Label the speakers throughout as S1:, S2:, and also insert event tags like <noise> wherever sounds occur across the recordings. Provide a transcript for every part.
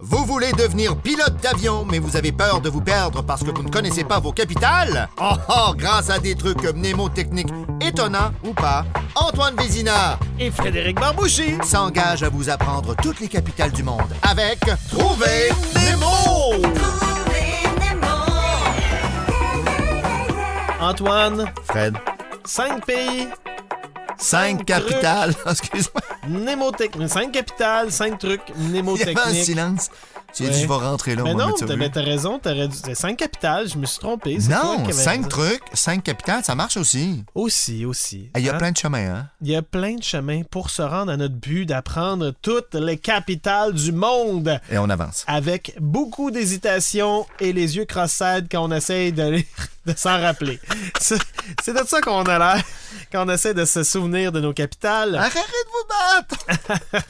S1: Vous voulez devenir pilote d'avion, mais vous avez peur de vous perdre parce que vous ne connaissez pas vos capitales? Oh, oh, grâce à des trucs mnémotechniques étonnants ou pas, Antoine Vézina
S2: Et Frédéric Barbouchi.
S1: s'engage à vous apprendre toutes les capitales du monde avec Trouver Nemo!
S2: Antoine,
S1: Fred,
S2: cinq pays,
S1: cinq capitales, <laughs> excuse-moi,
S2: mnémotechniques. euh, Cinq capitales, cinq trucs
S1: il y avait un
S2: mnémotechniques.
S1: silence. Tu as
S2: Ouais.
S1: dit, je vais rentrer là,
S2: Mais
S1: on va
S2: non,
S1: mettre ça
S2: t'as
S1: au
S2: mais
S1: but.
S2: t'as raison, t'aurais dû. c'est Cinq capitales, je me suis trompé. c'est toi qui
S1: Non,
S2: avais
S1: cinq
S2: raison.
S1: trucs, cinq capitales, ça marche aussi.
S2: Aussi, aussi.
S1: Eh, Il y a
S2: Hein?
S1: plein de chemins, hein?
S2: Il y a plein de chemins pour se rendre à notre but d'apprendre toutes les capitales du monde.
S1: Et on avance.
S2: Avec beaucoup d'hésitation et les yeux cross-eyed quand on essaye de, les- <laughs> de s'en rappeler. C'est c'est de ça qu'on a l'air quand on essaie de se souvenir de nos capitales.
S1: Arrêtez de vous battre!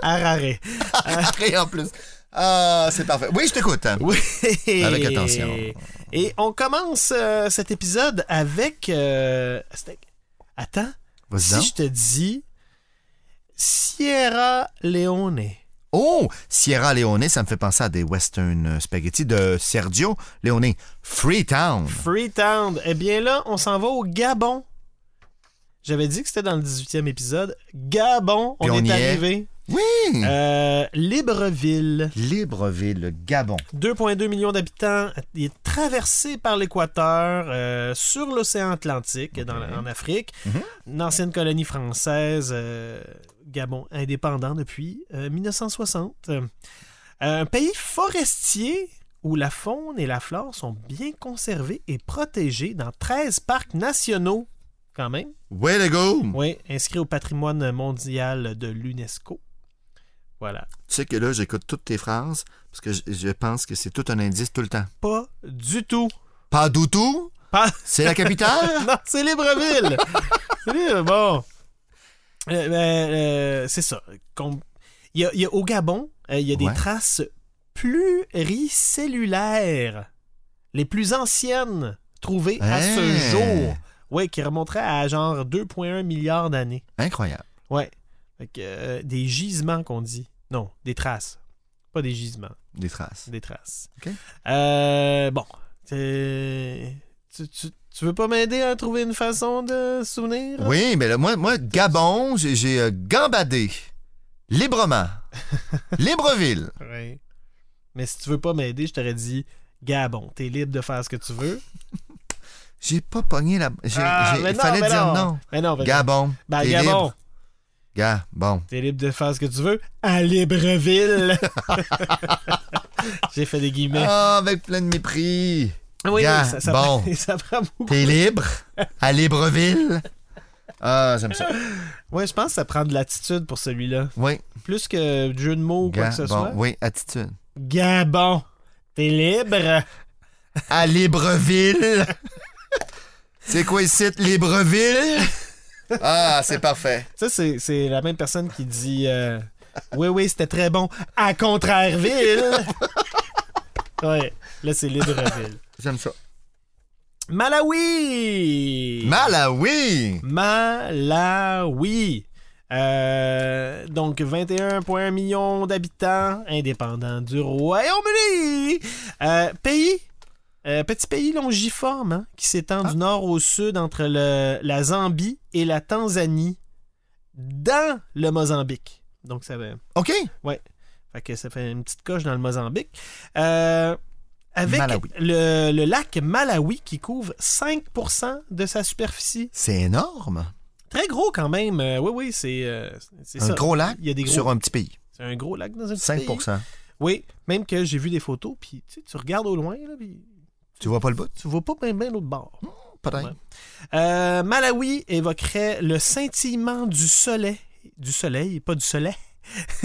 S2: Harare.
S1: <laughs> Arrêtez en plus. Ah, c'est parfait. Oui, je t'écoute.
S2: Oui.
S1: Avec attention.
S2: Et on commence euh, cet épisode avec. euh, c'était- Attends.
S1: Vas-y
S2: Si
S1: donc.
S2: je te dis Sierra Leone.
S1: Oh, Sierra Leone, ça me fait penser à des western spaghetti de Sergio Leone. Freetown.
S2: Freetown. Eh bien là, on s'en va au Gabon. J'avais dit que c'était dans le 18e épisode. Gabon, on
S1: Puis on
S2: est
S1: y est. Hum.
S2: arrivé.
S1: Oui!
S2: Euh, Libreville.
S1: Libreville, le Gabon.
S2: 2,2 millions d'habitants. Il est traversé par l'Équateur euh, sur l'océan Atlantique, dans la- en Afrique.
S1: Mhm.
S2: Une ancienne colonie française, euh, Gabon indépendant depuis euh, 1960. Euh, un pays forestier où la faune et la flore sont bien conservées et protégées dans 13 parcs nationaux, quand même.
S1: Way to go!
S2: Oui, inscrit au patrimoine mondial de l'UNESCO. Voilà.
S1: Tu sais que là, j'écoute toutes tes phrases parce que je, je pense que c'est tout un indice tout le temps.
S2: Pas du tout.
S1: Pas du tout?
S2: Pas-
S1: C'est la <laughs> capitale?
S2: <laughs> non, c'est Libreville. C'est Libre- bon. Euh, ben, euh, c'est ça. Com- Il y a, il y a- au Gabon, euh, il y a
S1: Ouais.
S2: des traces pluricellulaires, les plus anciennes trouvées à ce
S1: Hein.
S2: jour. Oui, qui remonteraient à genre 2,1 milliards d'années.
S1: Incroyable.
S2: Ouais. Fait que, euh, des gisements qu'on dit. Non, des traces. Pas des gisements.
S1: Des traces.
S2: Des traces.
S1: Ok.
S2: Euh, bon. C'est- Tu, tu, tu veux pas m'aider à trouver une façon de se souvenir?
S1: Oui, mais là, moi, moi Gabon, j'ai- j'ai euh, gambadé. <laughs> Librement. Libreville.
S2: Ouais. Mais si tu veux pas m'aider, je t'aurais dit Gabon, t'es libre de faire ce que tu veux.
S1: J'ai pas pogné la. j'ai-
S2: Ah,
S1: j'ai-
S2: mais
S1: Il fallait
S2: mais
S1: dire non.
S2: Mais non, mais non.
S1: Gabon.
S2: Ben,
S1: t'es
S2: Gabon,
S1: libre. Ga- bon.
S2: t'es libre de faire ce que tu veux
S1: <laughs>
S2: à Libreville. <laughs> J'ai fait des guillemets.
S1: Ah, avec plein de mépris.
S2: oui,
S1: Ga-
S2: oui, ça, ça,
S1: Ah, bon.
S2: prend- <laughs> ça prend beaucoup.
S1: T'es libre à Libreville. Ah, j'aime ça.
S2: Ouais, je pense que ça prend de l'attitude pour celui-là.
S1: Oui.
S2: Plus que du jeu de mots ou quoi
S1: Ga-
S2: que ce
S1: bon,
S2: soit.
S1: Oui, attitude.
S2: Gabon, t'es libre.
S1: À Libreville. c'est quoi ici, Libreville? Ah, c'est parfait.
S2: Ça, c'est, c'est la même personne qui dit euh, Oui, oui, c'était très bon à Contraireville. ouais, là, c'est Libreville.
S1: J'aime ça.
S2: Malawi
S1: Malawi.
S2: Malawi. Euh, donc 21,1 millions d'habitants, indépendants du Royaume-Uni. Euh, pays, euh, petit pays longiforme hein, qui s'étend du nord au sud entre le- la Zambie et la Tanzanie, dans le Mozambique. Donc ça, fait-
S1: OK.
S2: fait que ça fait une petite coche dans le Mozambique. Euh, avec
S1: Malawi.
S2: Le, le lac Malawi qui couvre 5% de sa superficie.
S1: C'est énorme.
S2: Très gros quand même. Euh, oui, oui, c'est euh, c'est
S1: Un
S2: ça.
S1: gros lac
S2: Il y a des gros.
S1: sur un petit pays.
S2: C'est un gros lac dans un petit
S1: 5
S2: pays. Oui, même que j'ai vu des photos, puis tu, sais, tu regardes au loin, là, puis
S1: Tu vois pas le bout?
S2: tu vois pas bien l'autre bord.
S1: Peut-être.
S2: Ouais. Euh, Malawi évoquerait le scintillement du soleil. Du soleil, pas du soleil. <laughs>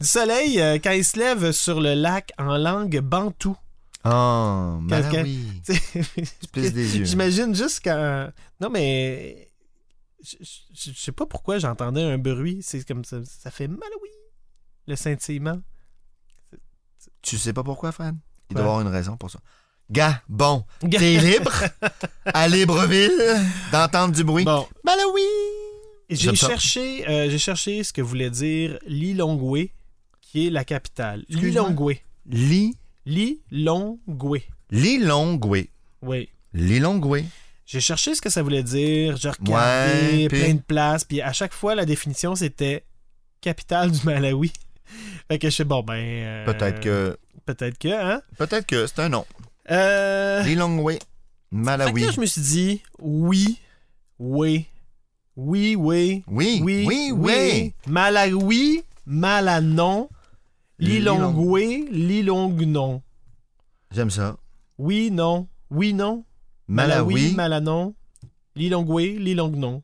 S2: du soleil euh, quand il se lève sur le lac en langue bantou.
S1: Oh,
S2: Quelqu'un- <laughs>
S1: Malawi.
S2: Tu sais,
S1: Tu plisses des yeux.
S2: <laughs> J'imagine juste quand. Non, mais. Je, je- je sais pas pourquoi j'entendais un bruit. C'est comme ça. Ça fait mal, oui. Le scintillement.
S1: Tu sais pas pourquoi, Fred? Il
S2: Quoi?
S1: doit avoir une raison pour ça. Gars,
S2: <laughs>
S1: bon, t'es libre à Libreville d'entendre du bruit. Ben
S2: Bon.
S1: Malawi!
S2: J'ai
S1: J'aime ça.
S2: cherché, euh, j'ai cherché ce que voulait dire l'ilongwe, qui est la capitale.
S1: Excuse-moi.
S2: Lilongwe.
S1: Li.
S2: Lilongwe.
S1: Lilongwe.
S2: Oui.
S1: Lilongwe.
S2: J'ai cherché ce que ça voulait dire, j'ai regardé
S1: Ouais, puis-
S2: plein de places, puis à chaque fois, la définition, c'était capitale du Malawi. <laughs> fait que je sais, bon, ben... euh,
S1: Peut-être que.
S2: Peut-être que, hein?
S1: Peut-être que c'est un nom.
S2: Euh...
S1: Lilongwe.
S2: fait que
S1: Malawi.
S2: là, je me suis dit, oui, oui, oui, oui,
S1: Oui.
S2: oui,
S1: Oui, oui.
S2: Malawi, Malanon, Lilongwe, Lilongnon.
S1: J'aime ça.
S2: Oui, non, oui, non.
S1: Malawi.
S2: Malanon, Lilongwe, Lilongnon.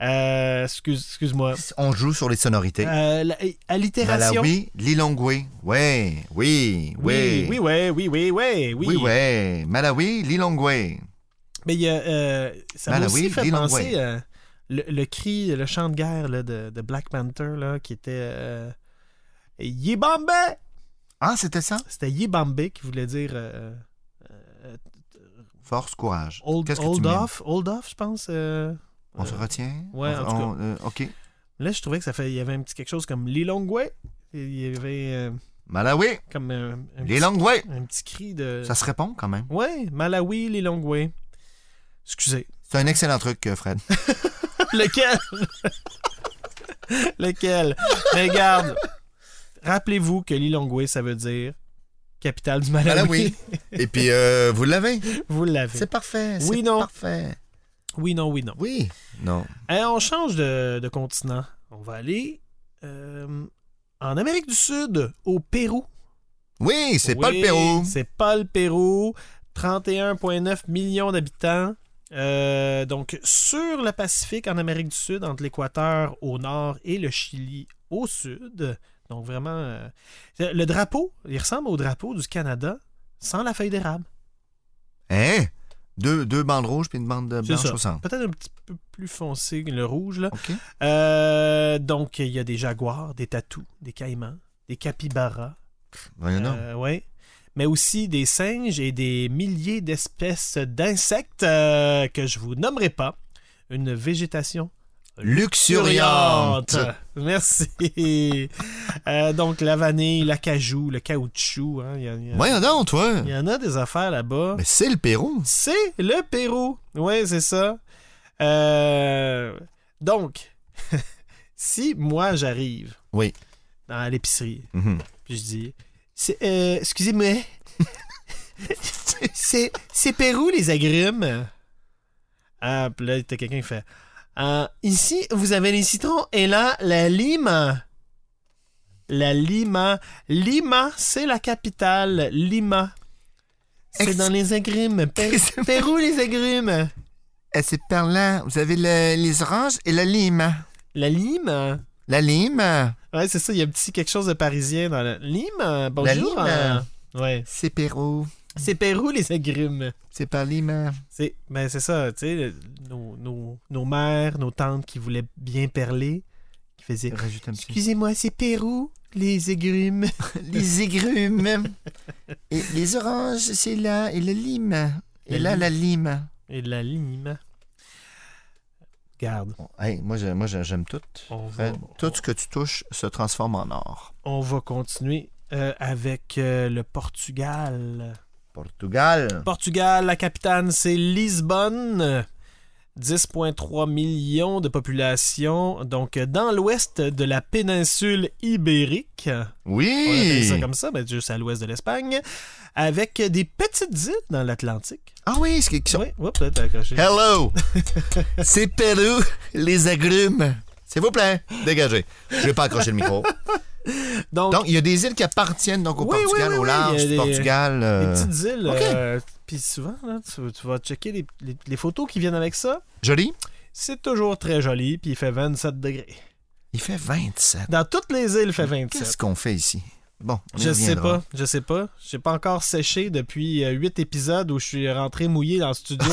S2: Euh, excuse- Excuse-moi.
S1: On joue sur les sonorités.
S2: Euh, la- eh, allitération.
S1: Malawi. Lilongwe. Ouais. Oui.
S2: oui,
S1: Oui.
S2: oui, ouais, oui, oui, ouais, oui.
S1: Oui, ouais. Malawi. Lilongwe.
S2: Mais il y a, euh, ça m'a
S1: Malawi,
S2: aussi fait
S1: Lilongwe.
S2: penser euh, le, le cri, le chant de guerre là, de, de Black Panther là, qui était euh, Yibambe.
S1: Ah, c'était ça?
S2: C'était Yibambe qui voulait dire euh, euh,
S1: Force, courage.
S2: hold,
S1: Qu'est-ce que
S2: hold
S1: tu mets?
S2: off, hold off, je pense. euh.
S1: On se retient?
S2: ouais,
S1: On-
S2: en tout cas.
S1: on- euh, OK.
S2: Là, je trouvais que ça fait, il y avait un petit quelque chose comme Lilongwe. Il y avait euh,
S1: Malawi.
S2: comme un, un petit,
S1: Lilongwe.
S2: un petit cri de.
S1: Ça se répond quand même.
S2: Ouais, Malawi, Lilongwe. Excusez. <laughs>
S1: C'est un excellent truc, euh, <laughs> Fred.
S2: Lequel? <laughs> Lequel? Mais regarde, rappelez-vous que l'Ilongwe, ça veut dire capitale du Malawi.
S1: Malawi. Et puis, euh, vous l'avez.
S2: <laughs> Vous l'avez.
S1: parfait.
S2: Oui, non.
S1: parfait.
S2: Oui, non, oui, non.
S1: Oui. Non.
S2: Eh, on change de, de continent. On va aller euh, en Amérique du Sud, au Pérou.
S1: Oui, c'est pas
S2: Oui,
S1: le Pérou.
S2: C'est pas le Pérou. 31,9 millions d'habitants. Euh, donc, sur le Pacifique, en Amérique du Sud, entre l'Équateur au nord et le Chili au sud. Donc, vraiment. euh, le drapeau, il ressemble au drapeau du Canada sans la feuille d'érable.
S1: Hein? Deux, deux bandes rouges puis une bande
S2: C'est
S1: blanche
S2: ça.
S1: au centre.
S2: Peut-être un petit peu plus foncé que le rouge, là.
S1: OK.
S2: Euh, donc, il y a des jaguars, des tatous, des caïmans, des capybaras.
S1: Voyons donc.
S2: Euh, ouais. Mais aussi des singes et des milliers d'espèces d'insectes euh, que je vous nommerai pas. Une végétation
S1: Luxuriante.
S2: <laughs> Merci. Euh, donc la vanille, l'acajou, le caoutchouc. hein, Il y a- il y, a-
S1: Voyons donc, toi.
S2: il y en a des affaires là-bas.
S1: Mais c'est le Pérou.
S2: C'est le Pérou. Oui, c'est ça. Euh, donc, <laughs> si moi j'arrive
S1: Oui.
S2: à l'épicerie
S1: Mhm.
S2: puis je dis, C'est- euh, <laughs> excusez-moi, c'est, c'est Pérou les agrumes. Ah, puis là, t'as quelqu'un qui fait, Ah, ici, vous avez les citrons et là, la lime. La Lima. Lima, c'est la capitale. Lima. C'est
S1: Ex-
S2: dans les agrumes. Pé-
S1: Excuse-moi.
S2: Pérou, les agrumes.
S1: Eh, C'est par là. Vous avez le- les oranges et la lime.
S2: La lime.
S1: La lime,
S2: Ouais, c'est ça, il y a un petit quelque chose de parisien dans la lime. Bonjour. hein.
S1: lime.
S2: Ouais.
S1: c'est Pérou.
S2: C'est Pérou, les agrumes.
S1: C'est par lime.
S2: C'est, ben c'est ça, tu sais, le- nos, nos- nos mères, nos tantes qui voulaient bien perler, qui faisaient
S1: Rajoute un petit.
S2: Excusez-moi, c'est Pérou, les agrumes.
S1: Les égrumes. Et les oranges, c'est là. Et la lime.
S2: La lime.
S1: lime.
S2: Et la lime. Garde,
S1: Bon, Oh, hey, moi, je- moi, je- j'aime tout.
S2: on va,
S1: Fred, Tout ce que tu touches se transforme en or.
S2: on va continuer euh, avec euh, le Portugal.
S1: Portugal.
S2: Portugal, la capitale, c'est Lisbonne. 10,3 millions de population, donc euh, dans l'ouest de la péninsule ibérique. On appelle ça
S1: Oui.
S2: comme ça, mais juste à l'ouest de l'Espagne, avec des petites îles dans l'Atlantique.
S1: Ah oui, ce qui qui sont-
S2: Oui, oups, là, t'as accroché. <laughs>
S1: Hello. c'est Pérou, les agrumes. S'il vous plaît, dégagez. Je vais pas accrocher le micro.
S2: Donc,
S1: Donc, il y a des îles qui appartiennent donc au
S2: Oui, oui,
S1: Portugal,
S2: oui,
S1: au
S2: oui,
S1: large
S2: il y a
S1: du
S2: des-
S1: Portugal.
S2: des
S1: euh,
S2: petites îles.
S1: ok.
S2: euh, Puis souvent, là, tu, tu vas checker les, les- les photos qui viennent avec ça.
S1: Joli.
S2: C'est toujours très joli, puis il fait 27 degrés.
S1: Il fait 27.
S2: Dans toutes les îles, il fait
S1: Qu'est-ce
S2: 27.
S1: qu'on fait ici? Bon, on y
S2: Je sais
S1: reviendra.
S2: pas, je sais pas. J'ai pas encore séché depuis 8 épisodes où je suis rentré mouillé dans
S1: <laughs>
S2: le studio.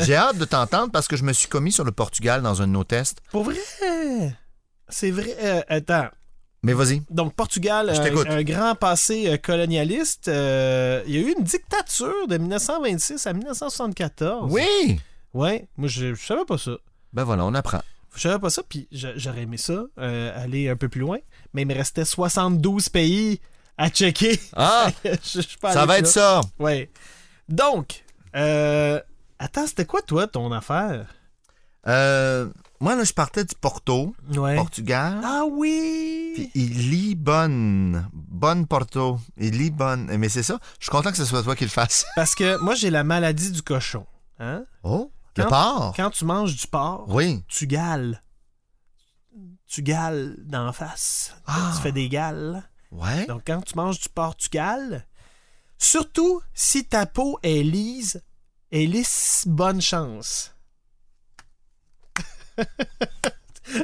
S1: J'ai hâte de t'entendre parce que je me suis commis sur le Portugal dans un de nos tests.
S2: Pour vrai? C'est vrai. euh, attends.
S1: Mais vas-y.
S2: Donc, Portugal,
S1: Je t'écoute.
S2: un, un grand passé euh, colonialiste. euh, il y a eu une dictature de 1926 à 1974.
S1: Oui! Oh,
S2: Ouais, moi, je, je savais pas ça.
S1: Ben voilà, on apprend.
S2: Je savais pas ça, puis j'a- j'aurais aimé ça, euh, aller un peu plus loin, mais il me restait 72 pays à checker. <laughs>
S1: Ah,
S2: Je- je suis pas
S1: ça
S2: allé
S1: va être
S2: plus
S1: ça.
S2: loin. Ouais. Donc, euh, attends, c'était quoi, toi, ton affaire?
S1: Euh, moi, là, je partais du Porto,
S2: Ouais.
S1: Portugal.
S2: Ah oui!
S1: Puis il lit bonne. Bonne Porto. Il lit bonne. Mais c'est ça. Je suis content que ce soit toi qui le fasse.
S2: Parce que moi, j'ai la maladie du cochon. Hein?
S1: Oh, le
S2: Quand-
S1: porc.
S2: Quand tu manges du porc,
S1: Oui.
S2: tu gales. Tu gales d'en face.
S1: Ah. Hein?
S2: Tu fais des gales.
S1: Ouais.
S2: Donc, quand tu manges du porc, tu gales. Surtout si ta peau est lisse, est lisse, bonne chance. <laughs>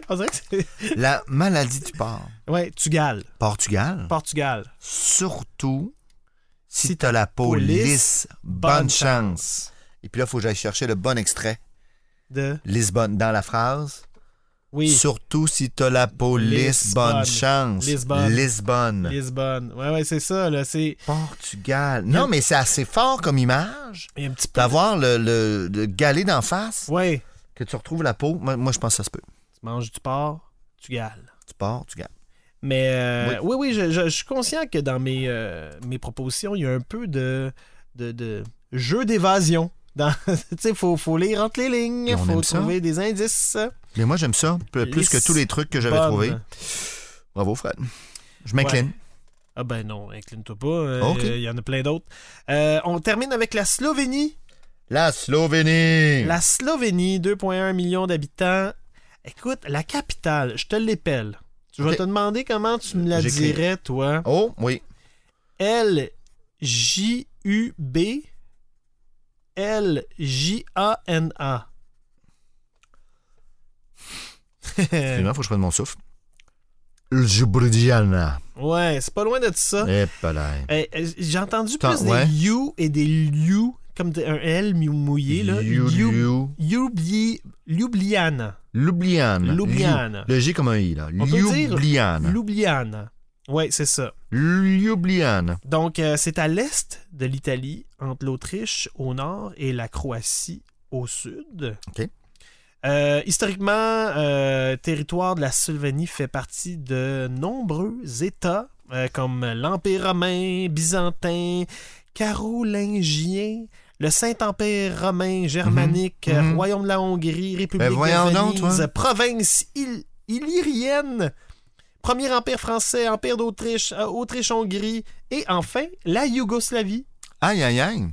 S2: On dirait que c'est...
S1: La maladie du porc.
S2: Ouais, tu gales.
S1: Portugal.
S2: Portugal.
S1: Surtout si,
S2: Si
S1: t'as la peau
S2: peau lisse,
S1: lisse, bonne, chance. Et puis là, il faut que j'aille chercher le bon extrait.
S2: De...
S1: Lisbonne dans la phrase.
S2: Oui.
S1: Surtout si t'as la peau lisse, bonne
S2: Lisbonne.
S1: chance.
S2: Lisbonne.
S1: Lisbonne.
S2: Lisbonne. Ouais, ouais, c'est ça, là. C'est...
S1: Portugal. Non, mais c'est assez fort comme image.
S2: Il y a un petit peu...
S1: D'avoir le, le, le galet d'en face,
S2: Ouais.
S1: que tu retrouves la peau. Moi, moi, je pense que ça se peut.
S2: Tu manges du porc, tu gales.
S1: Tu pars, tu gales.
S2: Mais euh, oui, oui, je, je- je suis conscient que dans mes, euh, mes propositions, il y a un peu de, de, de jeu d'évasion. <laughs> Dans- Tu sais, faut, faut lire entre les lignes,
S1: Et on
S2: faut
S1: aime ça.
S2: trouver des indices.
S1: Mais moi, j'aime ça, p- plus
S2: Lisse,
S1: que tous les trucs que j'avais
S2: Bonne.
S1: trouvés. Bravo, Fred. Je m'incline.
S2: Ah ben non, incline-toi pas, euh, il
S1: Ok.
S2: y en a plein d'autres. Euh, on termine avec la Slovénie.
S1: La Slovénie.
S2: La Slovénie, 2,1 millions d'habitants. Écoute, la capitale, je te l'épelle. Je vais
S1: Ok.
S2: te demander comment tu me la
S1: J'écris.
S2: dirais, toi.
S1: Oh, oui.
S2: L J U B L J A N A. Euh.
S1: Excuse-moi, faut que je prenne mon souffle. Ljubljana.
S2: <laughs> ouais, c'est pas loin de ça.
S1: Eh, palais.
S2: Eh, eh, J'ai entendu
S1: Attends,
S2: plus des
S1: ouais.
S2: U et des U comme des- un L mou- mouillé là.
S1: Liu-
S2: Liu-
S1: Liu-
S2: Ljubli- Ljubljana.
S1: Ljubljana.
S2: Ljubljana.
S1: Liu- Le J comme un I, là.
S2: On peut dire
S1: Ljubljana.
S2: Ljubljana. Ouais, c'est ça.
S1: Ljubljana.
S2: Donc, euh, c'est à l'est de l'Italie, entre l'Autriche au nord et la Croatie au sud.
S1: OK.
S2: Euh, historiquement, euh, territoire de la Sylvanie fait partie de nombreux États euh, comme l'Empire romain, byzantin, carolingien, le Saint-Empire romain, germanique,
S1: Mhm. Mhm.
S2: royaume de la Hongrie, République
S1: Ben voyons
S2: de
S1: donc, toi.
S2: Venise, province il- illyrienne, premier empire français, empire d'Autriche, euh, Autriche-Hongrie, et enfin la Yougoslavie.
S1: Aïe, aïe, aïe.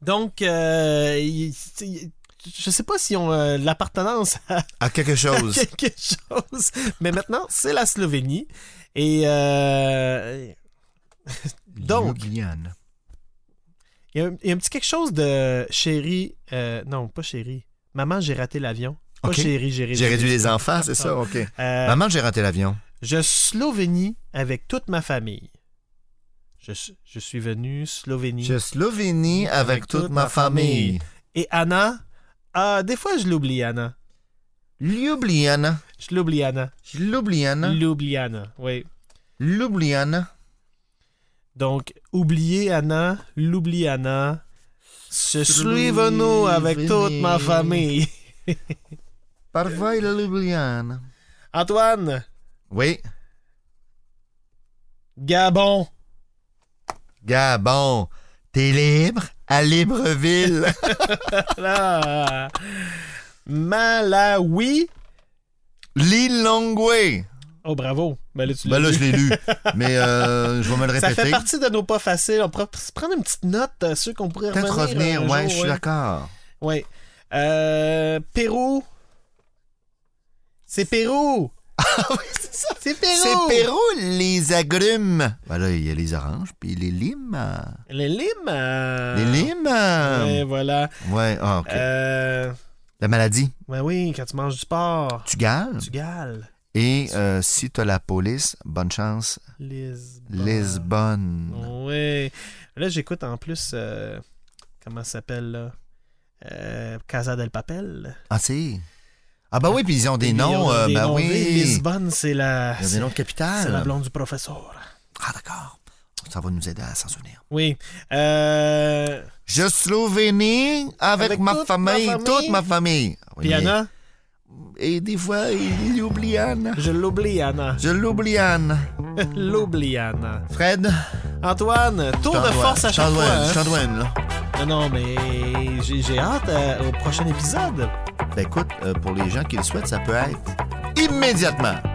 S2: Donc, euh, il- c'est- il- je sais pas si on a de l'appartenance à
S1: À quelque chose.
S2: quelque chose, mais maintenant, c'est la Slovénie. Et euh, <laughs> Donc.
S1: Ljubljana.
S2: il y, a un- il y a un petit quelque chose de chérie. euh, non, pas chérie. Maman, j'ai raté l'avion. Pas
S1: Ok.
S2: chérie, j'ai réduit.
S1: J'ai réduit les enfants, c'est ça? OK.
S2: Euh,
S1: Maman, j'ai raté l'avion.
S2: Je Slovénie avec toute ma famille. Je, suis- je suis venu Slovénie.
S1: Je Slovénie avec toute ma famille.
S2: Et Anna, ah, des fois je l'oublie, Anna.
S1: Ljubljana.
S2: Je l'oublie, Anna.
S1: Ljubljana.
S2: L'oublie, Anna. Oui.
S1: Ljubljana.
S2: Donc, oublier Anna, l'oublie, Anna. Je suis
S1: Slovénie.
S2: venu avec toute ma famille.
S1: Parvoi la Ljubljana.
S2: Antoine,
S1: Oui.
S2: Gabon.
S1: Gabon, t'es libre à Libreville.
S2: <laughs>
S1: <laughs>
S2: Là. Malawi.
S1: L'île Longway.
S2: Oh, bravo. Ben là, tu l'as
S1: Ben là,
S2: dit.
S1: je
S2: <laughs>
S1: l'ai lu, mais euh, je vais me le
S2: Ça fait
S1: répéter.
S2: partie de nos pas faciles. On pourrait se prendre une petite note, euh, ceux qu'on pourrait
S1: Peut-être
S2: revenir.
S1: revenir,
S2: un
S1: ouais,
S2: jour,
S1: je suis d'accord.
S2: Ouais. Euh, Pérou. C'est Pérou.
S1: c'est ça.
S2: C'est Pérou.
S1: C'est Pérou, les agrumes. Ben là, il y a les oranges, puis les limes. euh,
S2: Les limes. euh,
S1: Les limes.
S2: Ah. Ouais,
S1: euh,
S2: voilà.
S1: Ouais, ah, OK.
S2: Euh,
S1: La maladie,
S2: ben oui, quand tu manges du porc.
S1: tu gales.
S2: Portugal.
S1: Et euh, si t'as la police, bonne chance,
S2: Lisbonne.
S1: Lisbonne.
S2: Oui. Là, j'écoute en plus. euh, comment ça s'appelle, là Euh, Casa del Papel.
S1: Ah, c'est... Ah, ben oui, puis ils ont des
S2: Ils
S1: noms.
S2: ont
S1: euh,
S2: des
S1: ben
S2: noms.
S1: oui.
S2: Lisbonne, c'est la.
S1: Ils ont des noms de capitale.
S2: C'est la blonde du professeur.
S1: Ah, d'accord. Ça va nous aider à s'en souvenir.
S2: Oui. Euh,
S1: Je Slovénie avec,
S2: Avec
S1: ma,
S2: toute
S1: famille,
S2: ma famille.
S1: toute ma famille. Oui, mais-
S2: Piana,
S1: Et des fois, il l'oublie, Anne.
S2: Je l'oublie, Anna. <laughs>
S1: Je l'oublie, Anne.
S2: l'oublie, Anna.
S1: Fred,
S2: Antoine, tour de force à chaque fois.
S1: Je
S2: hein.
S1: t'en dois une, là.
S2: Non, non, mais j'ai j'ai hâte euh, au prochain épisode.
S1: Ben écoute, euh, pour les gens qui le souhaitent, ça peut être immédiatement.